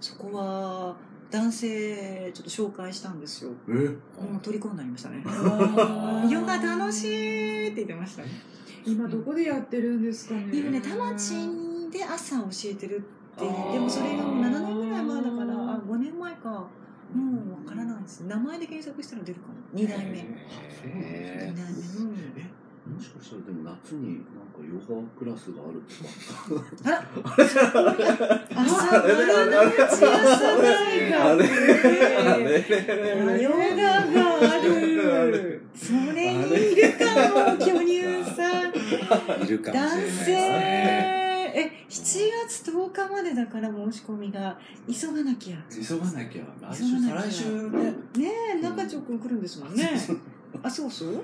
Speaker 5: そこは男性ちょっと紹介したんですよ
Speaker 2: え
Speaker 5: もう取り込んでありましたね
Speaker 3: あー
Speaker 5: ヨガ楽しいって言ってましたね
Speaker 3: 今どこでやってるんですかね
Speaker 5: 今ね、たまちんで朝教えてるって、でもそれがもう7年ぐらい前だから、あ、5年前か、もうわからないです。名前で検索したら出るかも。2代目。
Speaker 4: え
Speaker 5: 二代目。うん
Speaker 2: もしかしたらでも夏になんかヨガクラスがあるとか
Speaker 5: あら、
Speaker 2: あ
Speaker 5: 朝丸の内朝大
Speaker 2: あ
Speaker 5: 学
Speaker 2: れあ
Speaker 5: で、
Speaker 2: れ
Speaker 5: ヨガがある。それにいるかも、巨乳さん。
Speaker 4: ーいるかもしれない
Speaker 5: 男
Speaker 4: です
Speaker 5: 性。
Speaker 4: ね
Speaker 5: ええ7月10日までだから申し込みが急がなきゃ
Speaker 2: 急がなきゃ来
Speaker 5: 急が
Speaker 2: 週
Speaker 5: なきゃ
Speaker 2: 再来週ね
Speaker 5: ねえ中条くん来るんですもんねあそうそう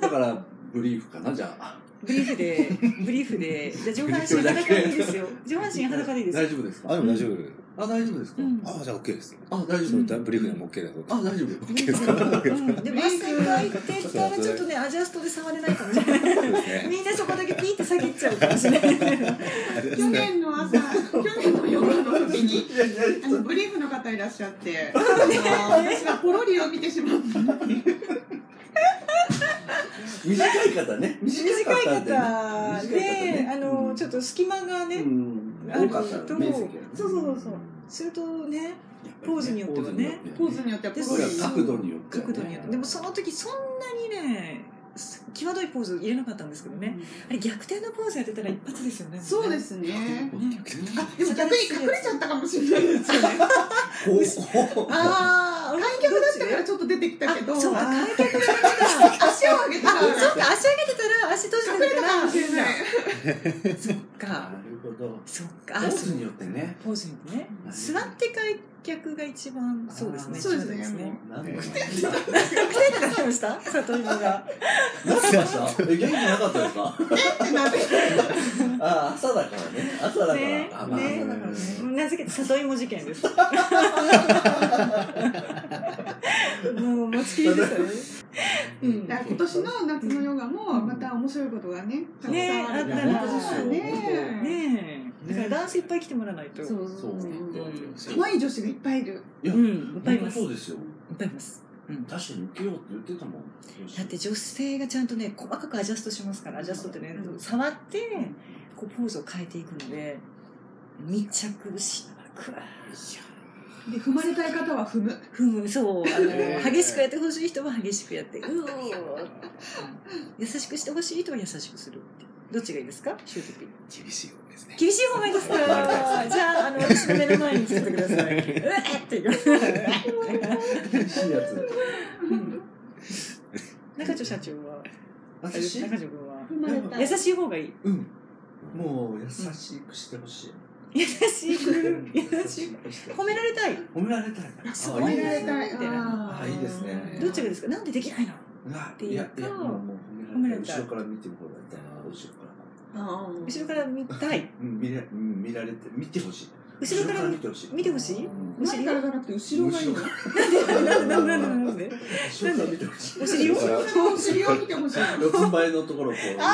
Speaker 2: だからブリーフかなじゃあ
Speaker 5: ブリーフでブリーフでじゃあ上半身裸でいいですよ上半身裸でいいですよ
Speaker 2: 大丈夫です
Speaker 1: あ、
Speaker 2: か
Speaker 1: でも大丈夫。
Speaker 2: あ大丈夫ですか、
Speaker 5: うん
Speaker 1: あ、じゃあ OK ですよ。
Speaker 2: あ大
Speaker 1: そ
Speaker 2: 丈
Speaker 1: れ
Speaker 2: 夫
Speaker 1: だブリーフでも OK だよ。
Speaker 2: あ大丈夫
Speaker 5: ブリーフでうんでも汗かいてたらちょっとねアジャストで触れないかもしれ ない
Speaker 1: そうですね。
Speaker 5: みんなそこだけピーって下げちゃうかもしれない
Speaker 3: 去 年の朝、去年の夜の時に、
Speaker 2: いやいや
Speaker 3: あのブリーフの方いらっしゃって、あの私はポロリを見てしまった。
Speaker 2: 短い方ね短い
Speaker 5: 短い
Speaker 2: 方って
Speaker 5: 方
Speaker 2: ね短い方
Speaker 5: で
Speaker 2: ね
Speaker 5: あのちょっと隙間がね
Speaker 2: うん
Speaker 5: ある
Speaker 2: 多かった
Speaker 5: と
Speaker 2: らね面積がね
Speaker 5: そうそうそうそうするとね
Speaker 2: やっぱりね
Speaker 5: ポーズによってはね
Speaker 3: ポーズによってはポ
Speaker 2: そ
Speaker 3: ロ
Speaker 2: れ
Speaker 3: リ
Speaker 2: は
Speaker 3: に
Speaker 2: 角度によってはね
Speaker 5: 角度によってでもその時そんなにね際どいポーズ入れなかったんですけどねあれ逆転のポーズやってたら一発ですよね
Speaker 3: そうですすね。
Speaker 2: ね
Speaker 3: でも逆に隠れちゃったかもしれないですよね。
Speaker 2: こうこう
Speaker 5: ああ
Speaker 3: 開脚だったからちょっと出てきたけど、
Speaker 5: あ
Speaker 3: 足
Speaker 5: そう
Speaker 3: を
Speaker 5: か開脚だ
Speaker 3: 上げたら
Speaker 5: あそっか足上げてたら足閉じ
Speaker 3: 隠
Speaker 5: て
Speaker 3: れた
Speaker 5: た
Speaker 3: かもしれない
Speaker 5: ら。そっ
Speaker 2: な
Speaker 5: か
Speaker 2: るほど
Speaker 5: そっ
Speaker 2: ポ
Speaker 5: か
Speaker 2: ーズによってね
Speaker 5: ポーズにね座って開脚が一番そうですね
Speaker 3: そうですね
Speaker 5: ちょうどいい
Speaker 2: なん
Speaker 4: え
Speaker 2: で
Speaker 4: ー
Speaker 5: 手とかしてました里芋が
Speaker 2: 何しましたえ元気なかったですか
Speaker 3: ってなって
Speaker 2: あ朝だからね朝だから、
Speaker 5: ね
Speaker 2: あまあ
Speaker 5: ね
Speaker 2: そうだね
Speaker 5: 名付けて里芋事件ですもう持ちきりでしたねうん
Speaker 3: だから今年の夏のヨガもまた面白いことがね、たくさんあるか
Speaker 5: ね
Speaker 3: らね
Speaker 5: ねえだからダンスいっぱい来てもらわないと
Speaker 3: そう
Speaker 2: そうなんだよね
Speaker 3: 可愛い女子がいっぱいいる。
Speaker 2: いや
Speaker 5: うんいっぱいいますい
Speaker 2: そうですよ
Speaker 5: っぱいいます
Speaker 2: 確かに受けようって言ってたもん
Speaker 5: だって女性がちゃんとね細かくアジャストしますからアジャストってね、触ってこうポーズを変えていくので密着しなく
Speaker 3: で、踏まれたい方は踏む。
Speaker 5: ふむそうあの、
Speaker 2: へー
Speaker 5: 激しくやってほしい人は激しくやって うおー優しくしてほしい人は優しくするどっちがいいですかシュートピー
Speaker 1: 厳しい方ですね。
Speaker 5: 厳しい方がいい ですかじゃああの私の目の前に来ててくださいうえっていう
Speaker 2: 厳しいやつ
Speaker 5: うん中条社長はあれ
Speaker 2: 私
Speaker 5: 中条君は
Speaker 3: 踏まれた
Speaker 5: 優
Speaker 3: い。
Speaker 5: しい方がいい
Speaker 2: うんもう優しくしてほしい
Speaker 5: 優しい
Speaker 2: うん
Speaker 5: 優しい
Speaker 2: くしてほ
Speaker 5: 褒
Speaker 2: し
Speaker 5: められたい
Speaker 2: い褒められたいあ
Speaker 5: そう
Speaker 2: いいで
Speaker 3: 踏まれ
Speaker 2: すね
Speaker 3: たい。
Speaker 2: あいいですね
Speaker 5: どっちがですかなんでできないの
Speaker 2: うわ
Speaker 5: ていうと
Speaker 2: ややもうもう
Speaker 5: 褒
Speaker 2: 褒
Speaker 5: め
Speaker 2: め
Speaker 5: ら
Speaker 2: ら
Speaker 5: れ
Speaker 2: れ
Speaker 5: た
Speaker 2: た
Speaker 5: い
Speaker 2: い後ろから見てもらいたいな後ろから
Speaker 5: 後ろから見たい
Speaker 2: うん見れうん見られて見てほしい
Speaker 5: 後ろから見
Speaker 2: てほしい
Speaker 5: 見てほしい
Speaker 2: うん
Speaker 5: お
Speaker 3: 前
Speaker 5: 尻
Speaker 3: か
Speaker 5: を
Speaker 3: らじゃなくて後ろがいいの
Speaker 2: 後ろ
Speaker 5: なんでなんでなんでなんで
Speaker 2: 後ろから見てほしい
Speaker 5: お尻を
Speaker 3: そうお尻を見てほしい
Speaker 2: 四つん這いのところをこう
Speaker 5: わ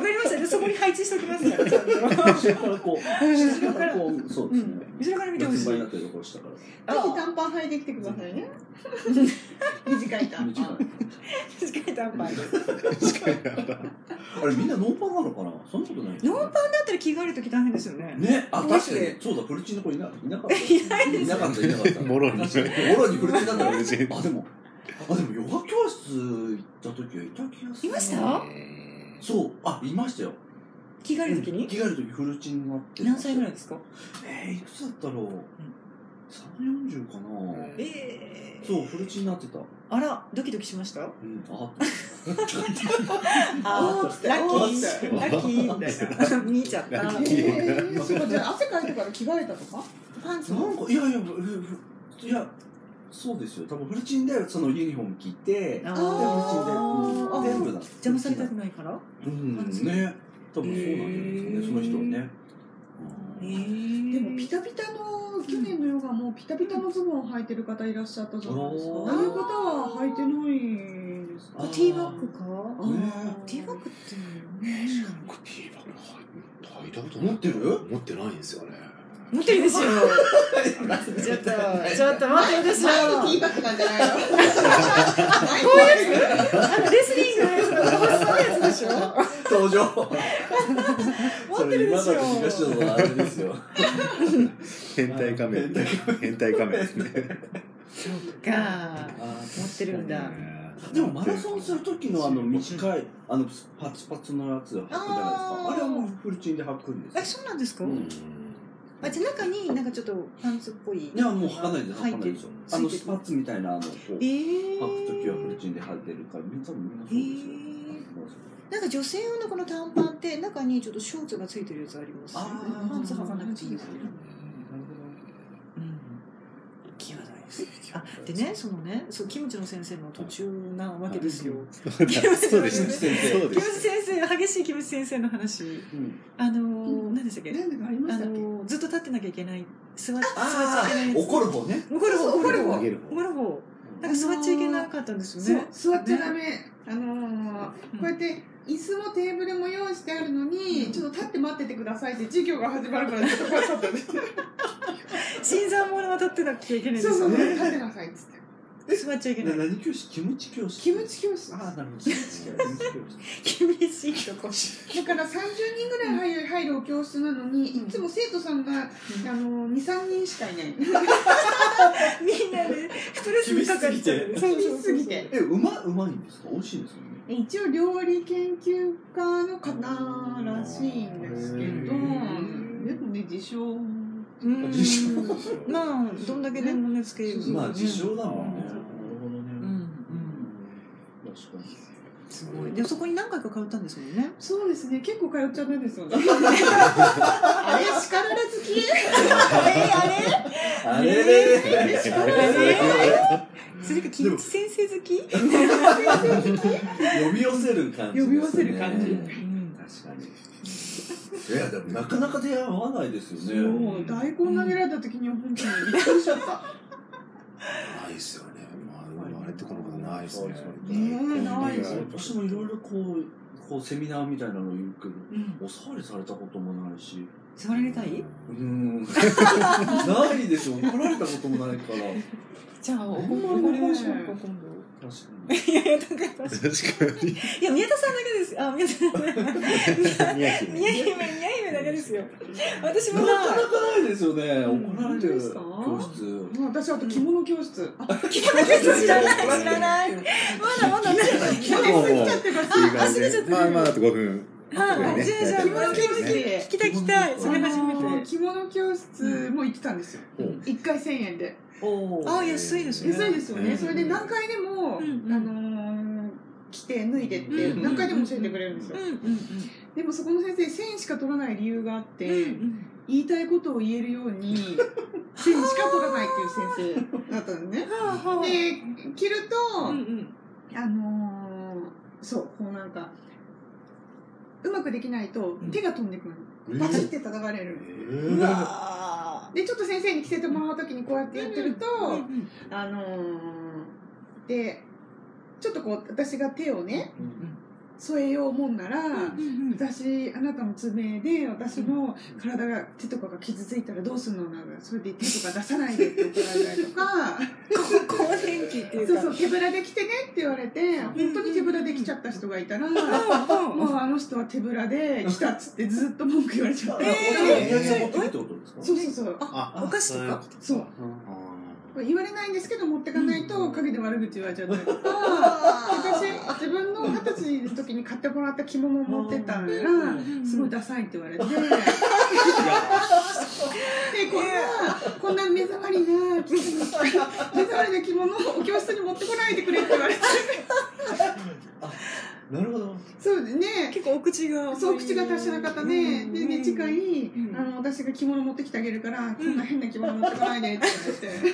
Speaker 5: かりました。じゃあそこに配置しておきますから。
Speaker 2: 後ろから こう後ろからこうそう
Speaker 5: う
Speaker 2: です
Speaker 5: ん
Speaker 2: ね。
Speaker 5: 後ろから見て
Speaker 2: 四
Speaker 5: ほ
Speaker 2: つん
Speaker 5: し
Speaker 2: 這い
Speaker 5: い
Speaker 2: にな。ってるところ下から
Speaker 3: ぜひ短パン履いてきてくださいね 短い短パ
Speaker 2: 短い
Speaker 3: ン
Speaker 5: 短い短パン。だ
Speaker 2: あれみんなノーパンなのかなそんなことない
Speaker 5: ノーパったら着替えるとき大変ですよね。
Speaker 2: ねあ
Speaker 5: ど
Speaker 2: 確
Speaker 5: う
Speaker 2: か
Speaker 5: して
Speaker 2: にそうだプルチンの子いないなかった
Speaker 5: いないです
Speaker 2: なかったいなかった
Speaker 4: もろに
Speaker 2: 確かもろにプルチンだった
Speaker 4: プルチン
Speaker 2: あでもあでもヨガ教室行った時はいた気がする
Speaker 5: いました
Speaker 1: えー
Speaker 2: そうあいましたよ
Speaker 5: 着替えるとき
Speaker 2: うん
Speaker 5: に
Speaker 2: 着替える時フルチンになって
Speaker 5: 何歳ぐらいですか
Speaker 2: えーいくつだったろう三四十かな
Speaker 1: え
Speaker 5: ええ。
Speaker 2: そうフルチンになってた
Speaker 5: あら、ドキドキしました
Speaker 2: うんあ
Speaker 5: あーラッキー。
Speaker 4: おー
Speaker 5: ラッキーみたいな。 見ちゃった。
Speaker 4: ラッキー
Speaker 3: えーそうじゃあ汗かいてから着替えたとか
Speaker 5: パンツ
Speaker 2: な
Speaker 5: も
Speaker 2: んかいやいやふふいやそうですよ多分フルチンでそのユニフォーム着て
Speaker 5: あ
Speaker 2: でフルチンで
Speaker 5: ー
Speaker 2: うん全部だ
Speaker 5: 邪魔されたくないから
Speaker 2: うん
Speaker 5: パンツ
Speaker 2: ね多分そうなんじゃないで
Speaker 5: へー
Speaker 2: すかね、その人はね
Speaker 5: えで
Speaker 3: でもピタピタの去年のヨガもピタピタのズボンを履いてる方いらっしゃったじゃないですか
Speaker 2: お
Speaker 3: あ
Speaker 2: ー
Speaker 3: あいう方は履いてないですか
Speaker 5: ティーバッグかティーバッグって
Speaker 1: 僕ティーバッグ入ったことない
Speaker 2: 持ってる
Speaker 1: 持ってないんですよね。
Speaker 5: 持ってるでしょ ちょっとちょっと待ってるでしょ
Speaker 3: 前のティーバッグなんじゃないの
Speaker 5: こういうやつ あのレスリングのやつの細いやつでしょ
Speaker 2: 登場
Speaker 5: 持
Speaker 2: そ
Speaker 5: ってる
Speaker 2: れ
Speaker 5: で
Speaker 2: 今
Speaker 5: し
Speaker 2: だと東
Speaker 5: ょ
Speaker 2: 野のあれですよ
Speaker 4: 変態仮面変態仮面ですね
Speaker 5: が
Speaker 2: 持
Speaker 5: 持ってるんだ
Speaker 2: でもマラソンする時のあの短いあのパツパツのやつを履くじゃ
Speaker 5: あ
Speaker 2: ないですか
Speaker 5: ー
Speaker 2: あれはもうフルチンで履くんです
Speaker 5: え
Speaker 2: よ
Speaker 5: そうなんですか、
Speaker 2: う
Speaker 1: うんん
Speaker 5: あじゃあ中になんかちょっとパンツっぽい
Speaker 2: いやもう履かないで
Speaker 5: 入
Speaker 2: 履か
Speaker 5: っ
Speaker 2: な
Speaker 5: て
Speaker 2: い
Speaker 5: る
Speaker 2: でしょあのスパッツみたいなあのこう
Speaker 5: え
Speaker 2: 履
Speaker 5: ー、
Speaker 2: く時はフルチンで履いてるからみんな多分みんなそうですよ、
Speaker 5: なんか女性用のこの短パンって中にちょっとショーツがついてるやつあります、ね、
Speaker 2: あー
Speaker 5: パンツ履かなくていいですよね際どいですあでねそのねそうキムチの先生の途中なわけですよ、
Speaker 4: そうで
Speaker 5: キム
Speaker 4: し
Speaker 5: チ
Speaker 4: た
Speaker 2: 先生
Speaker 4: そう
Speaker 5: キ
Speaker 4: で
Speaker 5: ムチ
Speaker 4: した
Speaker 5: 先生激しいキムチ先生の話
Speaker 2: うん
Speaker 5: あのー何でしたっけ
Speaker 3: 何だかありま
Speaker 5: あ
Speaker 3: したっけ
Speaker 5: のーずっと立ってなきゃいけない座っ座っちゃ
Speaker 2: あ
Speaker 5: いけないや
Speaker 2: あ
Speaker 5: つ
Speaker 2: 怒る方ね
Speaker 5: 怒る方
Speaker 3: そう
Speaker 5: 怒る方
Speaker 4: 投げる
Speaker 5: 怒る方なんか座っちゃいけなかったんです
Speaker 3: そ
Speaker 5: よ
Speaker 3: う
Speaker 5: ね
Speaker 3: 座っちゃダメ、あのー
Speaker 5: うん
Speaker 3: こうやって椅子もテーブルも用意してあるのに、ちょっと立って待っててくださいって授業が始まるからちょっと怖かったです
Speaker 5: 新参者は立ってなきゃいけないんで
Speaker 3: そう
Speaker 5: す
Speaker 3: そ
Speaker 5: よ
Speaker 3: う
Speaker 5: ね
Speaker 3: 立ってくださいっつって
Speaker 5: 座っちゃいけ
Speaker 2: な
Speaker 5: ない
Speaker 2: 何教師キムチ教師
Speaker 3: キムチ教室
Speaker 2: ああなるほどキムチ教師
Speaker 5: 厳しいとこ
Speaker 3: だから30人ぐらい入る入るお教室なのに、
Speaker 5: うん
Speaker 3: いつも生徒さんが、あのー、23人しかいない
Speaker 5: みんなでストレスにかかっちゃう。
Speaker 3: 厳しすぎて
Speaker 2: えうまうまいんですか美味しいんですかね
Speaker 3: 一応料理研究家の方らしいんですけ
Speaker 2: へ
Speaker 3: どで
Speaker 2: ー
Speaker 3: もね自称
Speaker 5: うん
Speaker 2: 自称
Speaker 5: まあどんだけねもねつける。
Speaker 2: まあ自称だもんねな
Speaker 4: う
Speaker 2: るほどね
Speaker 5: うんうん。
Speaker 2: 確かに
Speaker 5: すごい。でそこに何回か通ったんですもんね。
Speaker 3: そうですね結構通っちゃったんです よねあれ叱られ好き
Speaker 5: あれあ
Speaker 2: あれれれ
Speaker 3: あれ叱られ好
Speaker 5: れ。それかキムチ先生好き？
Speaker 2: 呼び寄せる感じですね
Speaker 3: 呼び寄せる感じ
Speaker 5: うん。
Speaker 2: 確かにいやでもなかなか出会わないです
Speaker 3: き
Speaker 2: よね
Speaker 3: そう大根投げられた時には本当にびっくりしちゃった
Speaker 4: ないですよね。まあ、生まれてこのことないですね。
Speaker 3: ねえない
Speaker 4: ですよ
Speaker 2: 私もいろいろこうこうセミナーみたいなの行くけど
Speaker 5: うん。
Speaker 2: お触りされたこともないし
Speaker 5: 座られたい？
Speaker 2: うーんないでしょ怒られたこともないから
Speaker 5: じゃあお
Speaker 2: 怒り
Speaker 5: 怒り
Speaker 3: ま
Speaker 5: ま
Speaker 3: し
Speaker 5: し
Speaker 3: ょ
Speaker 5: ょ
Speaker 3: う
Speaker 5: うか
Speaker 3: か
Speaker 5: 今度。
Speaker 2: 確かに
Speaker 5: いやいやだから確か
Speaker 4: 確かに。
Speaker 5: にいや宮田さんだけです。あ宮田さん。
Speaker 4: 宮城
Speaker 5: 宮姫宮姫だけですよ。私も
Speaker 2: な
Speaker 5: な
Speaker 2: かな。かないですよね怒られる
Speaker 3: 本
Speaker 2: 教
Speaker 3: 当
Speaker 2: 室
Speaker 3: もう私あと着物教室、あ
Speaker 5: 知らない知らない。 まだまだ。
Speaker 4: 今日も
Speaker 5: あ忘れちゃった
Speaker 4: まあまああと5分
Speaker 5: はい、
Speaker 4: ね
Speaker 5: じゃあじゃあ、
Speaker 4: 着物
Speaker 5: 聞き
Speaker 4: 教室
Speaker 5: 聞きたい聞きたい、それ初め
Speaker 3: あの
Speaker 5: て。
Speaker 3: 着物教室も行ってたんですよ、
Speaker 2: うん
Speaker 3: 一1回1000円で
Speaker 2: お
Speaker 5: あ、安いですね。
Speaker 3: 安いですよね、
Speaker 4: うん
Speaker 3: それで何回でも、
Speaker 5: うんうん
Speaker 3: あのー着て脱いでって
Speaker 5: うん
Speaker 3: 何回でも教えてくれるんです
Speaker 5: う
Speaker 3: よ、
Speaker 5: んうんう
Speaker 3: でもそこの先生1000円しか取らない理由があって、
Speaker 5: ん。
Speaker 3: 言いたいことを言えるように1000円しか取らないっていう先生だったんですね
Speaker 5: はあはあ。
Speaker 3: で着ると、
Speaker 5: うんうん。
Speaker 3: あのーそうこうなんかうまくできないと
Speaker 2: ん
Speaker 3: 手が飛んでくる、
Speaker 2: えー
Speaker 3: バチって叩かれる、
Speaker 5: う
Speaker 2: うわ
Speaker 5: わ
Speaker 3: でちょっと先生に着せてもらう時にこうやってやってると、
Speaker 5: ー。うん
Speaker 3: あのーでちょっとこう私が手をね添えようもんなら、
Speaker 5: うん。
Speaker 3: 私あなたの爪で私の体が手とかが傷ついたらどうするのなんかそれで手とか出さないでって怒られたりとか
Speaker 5: 更年期ってい
Speaker 3: そう
Speaker 5: う
Speaker 3: そ
Speaker 5: か。
Speaker 3: う手ぶらで来てねって言われて本当に手ぶらで来ちゃった人がいたら。もうあの人は手ぶらで来たっつってずっと文句言われちゃった。
Speaker 2: え
Speaker 5: えー
Speaker 2: お土産を持ってきてってことですか
Speaker 3: そうそうそう。あ
Speaker 4: あ
Speaker 5: お菓子とか
Speaker 3: そう。言われないんですけど持ってかないと陰で悪口言われちゃったりとか。私
Speaker 5: 私
Speaker 3: 自分の二十歳の時に買ってもらった着物を持ってったら
Speaker 5: ん
Speaker 3: すごいダサいって言われてでこんなこんな目障りな着物目障りな着物をお教室に持ってこないでくれって言われて
Speaker 2: なるほど
Speaker 3: そうでね
Speaker 5: 結構お口が。
Speaker 3: そう口が達者な方で、で、ね、次回、
Speaker 5: ん
Speaker 3: あの、私が着物持ってきてあげるから、こんな変な着物持ってこないでって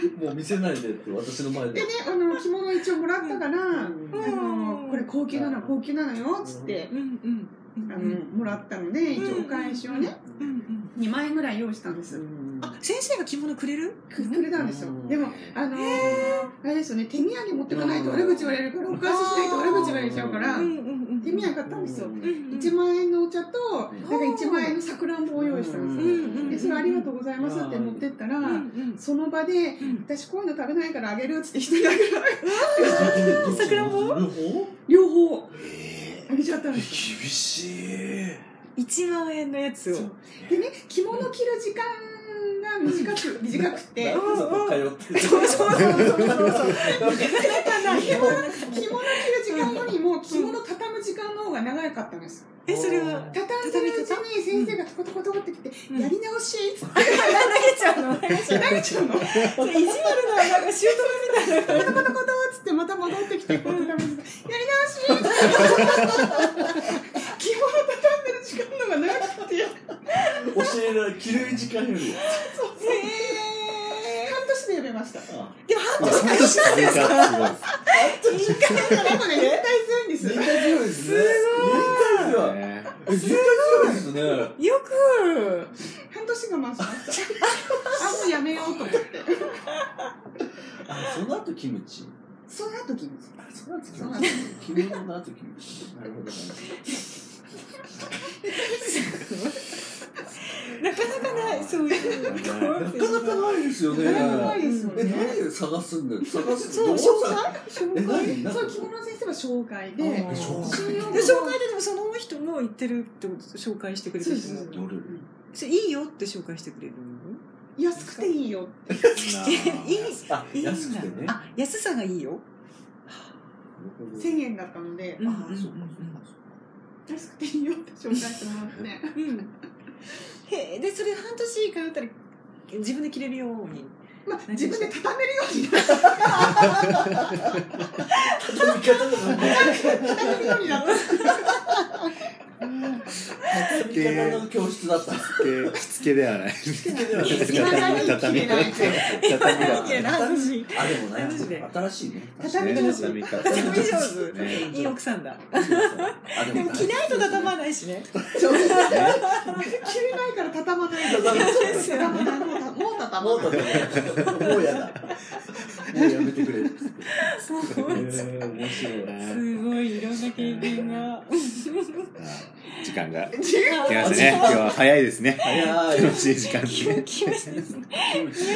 Speaker 3: 言って。
Speaker 2: もう見せないでって私の前
Speaker 3: で
Speaker 2: で
Speaker 3: ね、あの、着物一応もらったから、あ
Speaker 5: う
Speaker 3: の、
Speaker 5: ん
Speaker 3: これ高級なの、高級なのよ、つって
Speaker 5: う、んうん。
Speaker 3: あの、もらったので、一応お返しをね、
Speaker 5: うんうん。
Speaker 3: 2万円ぐらい用意したんです。
Speaker 5: あ、先生が着物くれる？
Speaker 3: くくれたんですよ
Speaker 2: う。ん
Speaker 3: でも、あの、あれですよね、手土産持ってかないと悪口言われるから、お返ししないと悪口言われちゃうから
Speaker 5: う、んうんうん。
Speaker 3: 手土産買ったんですよ。1
Speaker 5: 万。
Speaker 3: 万円のお茶と、
Speaker 2: ん
Speaker 3: なんか1万円のさくらんぼを用意したんですよ。
Speaker 5: うん
Speaker 3: でそれありがとうございますって持ってったら、
Speaker 5: うんうん。
Speaker 3: その場で、
Speaker 5: ん
Speaker 3: 私こういうの食べないからあげるっつって一人だけ
Speaker 2: あ
Speaker 5: 桜も
Speaker 2: 両方
Speaker 3: 両方
Speaker 2: え
Speaker 3: あげちゃったん
Speaker 2: 厳
Speaker 3: です
Speaker 2: しい
Speaker 5: 1万円のやつを
Speaker 3: そうでね着物着る時間が短く短くて
Speaker 2: なんでそこ通って
Speaker 5: そうそうそうそうそうそう
Speaker 3: 着物着る時間後にもう着物畳むの時間の方が長かったんです
Speaker 5: えそれは
Speaker 3: 畳んでるうちに先生がトコトコトコってきて「
Speaker 5: うん
Speaker 3: やり直し」っつっ
Speaker 5: 投げちゃうの投げち
Speaker 3: て投げちゃうの「トコ
Speaker 5: ゃうの意地悪ななんかシュートみたいな
Speaker 3: トコトコ」っつってまた戻ってきて「こう畳んでやり直し」っつって着物畳んでる時間の方が長くて
Speaker 2: 教えられ着る時間より
Speaker 5: え
Speaker 3: 半年でやめました
Speaker 2: あ
Speaker 5: ーでも半年
Speaker 4: 半
Speaker 5: 間したんです
Speaker 4: 経
Speaker 5: か
Speaker 4: 過すごいで
Speaker 5: 一
Speaker 4: す
Speaker 5: 回
Speaker 3: だからもうね引退する
Speaker 2: 忍
Speaker 3: んで
Speaker 2: 耐
Speaker 3: す
Speaker 2: 強いですね忍耐強いえ
Speaker 4: ね
Speaker 2: 忍耐強いですね
Speaker 5: よく
Speaker 3: 半年我慢しましたあもうやめようと思って
Speaker 2: あその後キムチ
Speaker 3: その時に
Speaker 2: あその後キムチキムチの後キムチなるほど
Speaker 5: なかなかないそういう
Speaker 4: な
Speaker 2: なかなかないですよね
Speaker 3: なかなかないですよ
Speaker 2: え
Speaker 3: ね
Speaker 2: 何で探すんだよ探す
Speaker 5: そう
Speaker 2: ど
Speaker 5: 紹
Speaker 2: 探
Speaker 5: 介紹
Speaker 2: え
Speaker 5: 介
Speaker 2: 何何
Speaker 3: そう着物の先生は紹介で
Speaker 5: あー
Speaker 2: 紹介
Speaker 3: 信
Speaker 5: で
Speaker 3: 用
Speaker 5: 紹介ででもその人も言ってるってこと紹介してくれる人
Speaker 3: そう
Speaker 5: も
Speaker 3: で
Speaker 2: どれ
Speaker 5: それいいよって紹介してくれる
Speaker 3: 安くていいよって
Speaker 5: いい
Speaker 2: あ
Speaker 5: いいんだ
Speaker 2: 安くてね
Speaker 5: あ安さがいいよ
Speaker 3: 1000円だったので、
Speaker 5: うん
Speaker 2: あそうかそうか
Speaker 3: 安くていいよって紹介してもらって
Speaker 5: うんへえでそれ半年通ったら自分で着れるように
Speaker 3: まあ自分で畳めるようになっ
Speaker 2: 畳み方がね
Speaker 3: た畳めるようになった
Speaker 2: 畳み方の教室だった
Speaker 4: で着付けではない
Speaker 3: いまだに着れない
Speaker 4: 畳だ
Speaker 5: いや何時
Speaker 2: あでもね
Speaker 5: マジで
Speaker 2: 新しいね
Speaker 3: 畳み
Speaker 4: 畳み方
Speaker 5: 畳み上手
Speaker 4: ね
Speaker 5: いい奥さんだ
Speaker 2: あ
Speaker 5: でも着ないと畳まないしね
Speaker 2: そうですね
Speaker 3: 着れないから畳まないと
Speaker 2: 畳まない
Speaker 3: 畳まないもうたもう畳
Speaker 2: もう
Speaker 3: まない
Speaker 2: 畳むもうやだもうやめてくれ
Speaker 5: そう
Speaker 2: えー面白い
Speaker 5: すごいいろんな経験が
Speaker 4: はい時間が来ま
Speaker 5: あ
Speaker 4: したね今日は早いですね
Speaker 2: 早い
Speaker 4: 楽しい時間
Speaker 5: 急に
Speaker 4: ね
Speaker 5: 来ましたね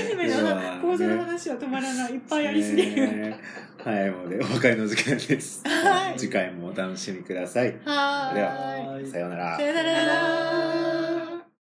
Speaker 5: 姫々のあの講座の話は止まらないいっぱいありすぎる
Speaker 4: ねはいもうねお別れの時間です
Speaker 5: はい
Speaker 4: 次回もお楽しみください
Speaker 5: は
Speaker 4: で
Speaker 5: ーい
Speaker 4: さようなら
Speaker 5: さよなら